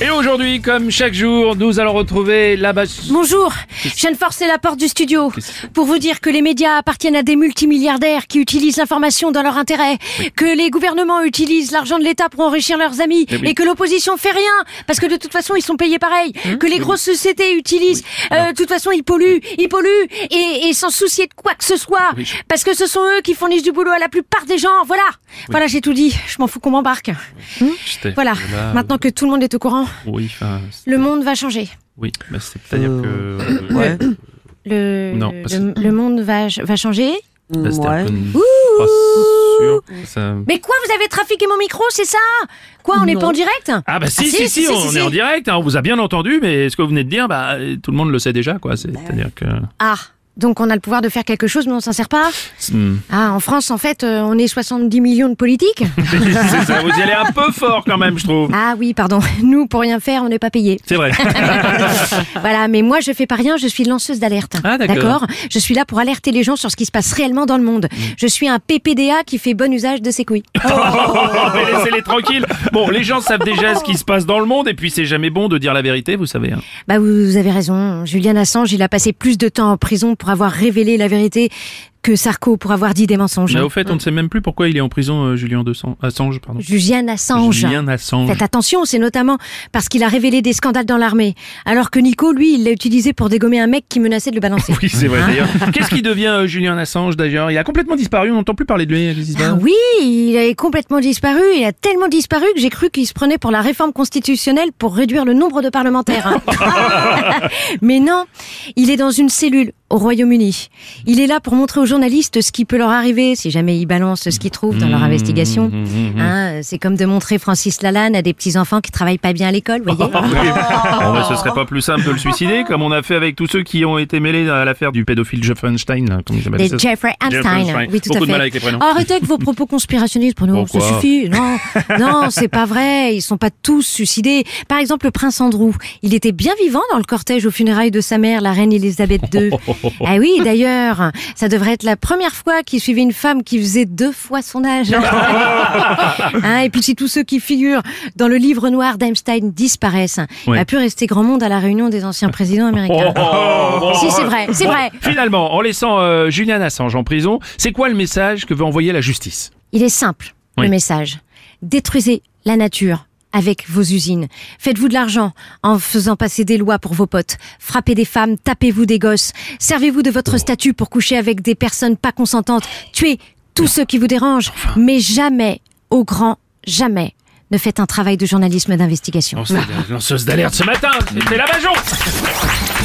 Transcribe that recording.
Et aujourd'hui, comme chaque jour, nous allons retrouver la base. Bonjour, je viens de forcer la porte du studio pour vous dire que les médias appartiennent à des multimilliardaires qui utilisent l'information dans leur intérêt, que les gouvernements utilisent l'argent de l'État pour enrichir leurs amis Mais Eh oui. et que l'opposition fait rien parce que de toute façon ils sont payés pareil, Hein que Eh les grosses sociétés utilisent, euh, de toute façon ils polluent, ils polluent et, et sans soucier de quoi que ce soit Oui, je- parce que ce sont eux qui fournissent du boulot à la plupart des gens, voilà. Voilà, j'ai tout dit, je m'en fous qu'on m'embarque. Hein Voilà, maintenant que tout le monde est au courant, Oui, enfin. c'est- le monde va changer. Oui, mais c'est-à-dire Euh, que. Ouais. le, Non, parce le, le monde va, ch- va changer. Là, c'était bah, un Ouais. peu- Pas sûr. Ça- Mais quoi, vous avez trafiqué mon micro, c'est ça Quoi, on n'est pas en direct Ah bah si, Ah, si, si, on est en direct, hein, on vous a bien entendu, mais ce que vous venez de dire, bah, euh, tout le monde le sait déjà, quoi. Bah C'est- C'est-à-dire que... Ah, donc on a le pouvoir de faire quelque chose, mais on s'en sert pas C'est- hmm. Ah, en France, en fait, euh, on est 70 millions de politiques C'est ça, vous y allez un peu fort quand même, je trouve. Ah oui, pardon, nous, pour rien faire, on n'est pas payés. C'est vrai. Voilà, mais moi, je fais pas rien, je suis lanceuse d'alerte. Ah, d'accord. Je suis là pour alerter les gens sur ce qui se passe réellement dans le monde. Hmm. Je suis un PPDA qui fait bon usage de ses couilles. mais laissez-les tranquilles. Bon, les gens savent déjà ce qui se passe dans le monde, et puis c'est jamais bon de dire la vérité, vous savez. hein. Bah, vous, vous avez raison. Julian Assange, il a passé plus de temps en prison pour avoir révélé la vérité que Sarko pour avoir dit des mensonges. Mais au fait, on ne sait même plus pourquoi il est en prison, euh, Julien de San- Assange, pardon. Julian Assange. Julien Assange. Faites attention, c'est notamment parce qu'il a révélé des scandales dans l'armée. Alors que Nico, lui, il l'a utilisé pour dégommer un mec qui menaçait de le balancer. Oui, c'est vrai d'ailleurs. Qu'est-ce qui devient euh, Julien Assange d'ailleurs Il a complètement disparu, on n'entend plus parler de lui. qu'est-ce qui se Ah passe oui, il est complètement disparu. Il a tellement disparu que j'ai cru qu'il se prenait pour la réforme constitutionnelle pour réduire le nombre de parlementaires. hein. Mais non, il est dans une cellule au Royaume-Uni. Il est là pour montrer aux journalistes ce qui peut leur arriver si jamais ils balancent ce qu'ils trouvent dans leur investigation. Mmh, mmh, mmh. Hein, c'est comme de montrer Francis Lalanne à des petits enfants qui travaillent pas bien à l'école, vous voyez. Ah. Bon, bah, ce serait pas plus simple de le suicider, comme on a fait avec tous ceux qui ont été mêlés à l'affaire du pédophile Jeffenstein. là, Comme ils appellent Des ça. Jeffrey Einstein. Einstein. Oui, tout Beaucoup à de mal fait. avec les prénoms. Arrêtez avec vos propos conspirationnistes pour nous. Hein Pourquoi ça suffit. Non, non, c'est pas vrai. Ils sont pas tous suicidés. Par exemple, le prince Andrew, il était bien vivant dans le cortège aux funérailles de sa mère, la reine Elisabeth II. Oh, Ah oui, d'ailleurs, ça devrait être la première fois qu'il suivait une femme qui faisait deux fois son âge. Hein, et puis si tous ceux qui figurent dans le livre noir d'Einstein disparaissent, il Ouais. va plus rester grand monde à la réunion des anciens présidents américains. Oh, bon. Si, c'est vrai, c'est vrai. Finalement, en laissant euh, Julian Assange en prison, c'est quoi le message que veut envoyer la justice Il est simple, Oui. le message. Détruisez la nature avec vos usines. Faites-vous de l'argent en faisant passer des lois pour vos potes. Frappez des femmes, tapez-vous des gosses. Servez-vous de votre statut pour coucher avec des personnes pas consentantes. Tuez tous ceux qui vous dérangent. Mais jamais, au grand jamais, ne faites un travail de journalisme d'investigation. Lanceuse d'alerte ce matin, c'était la Bajon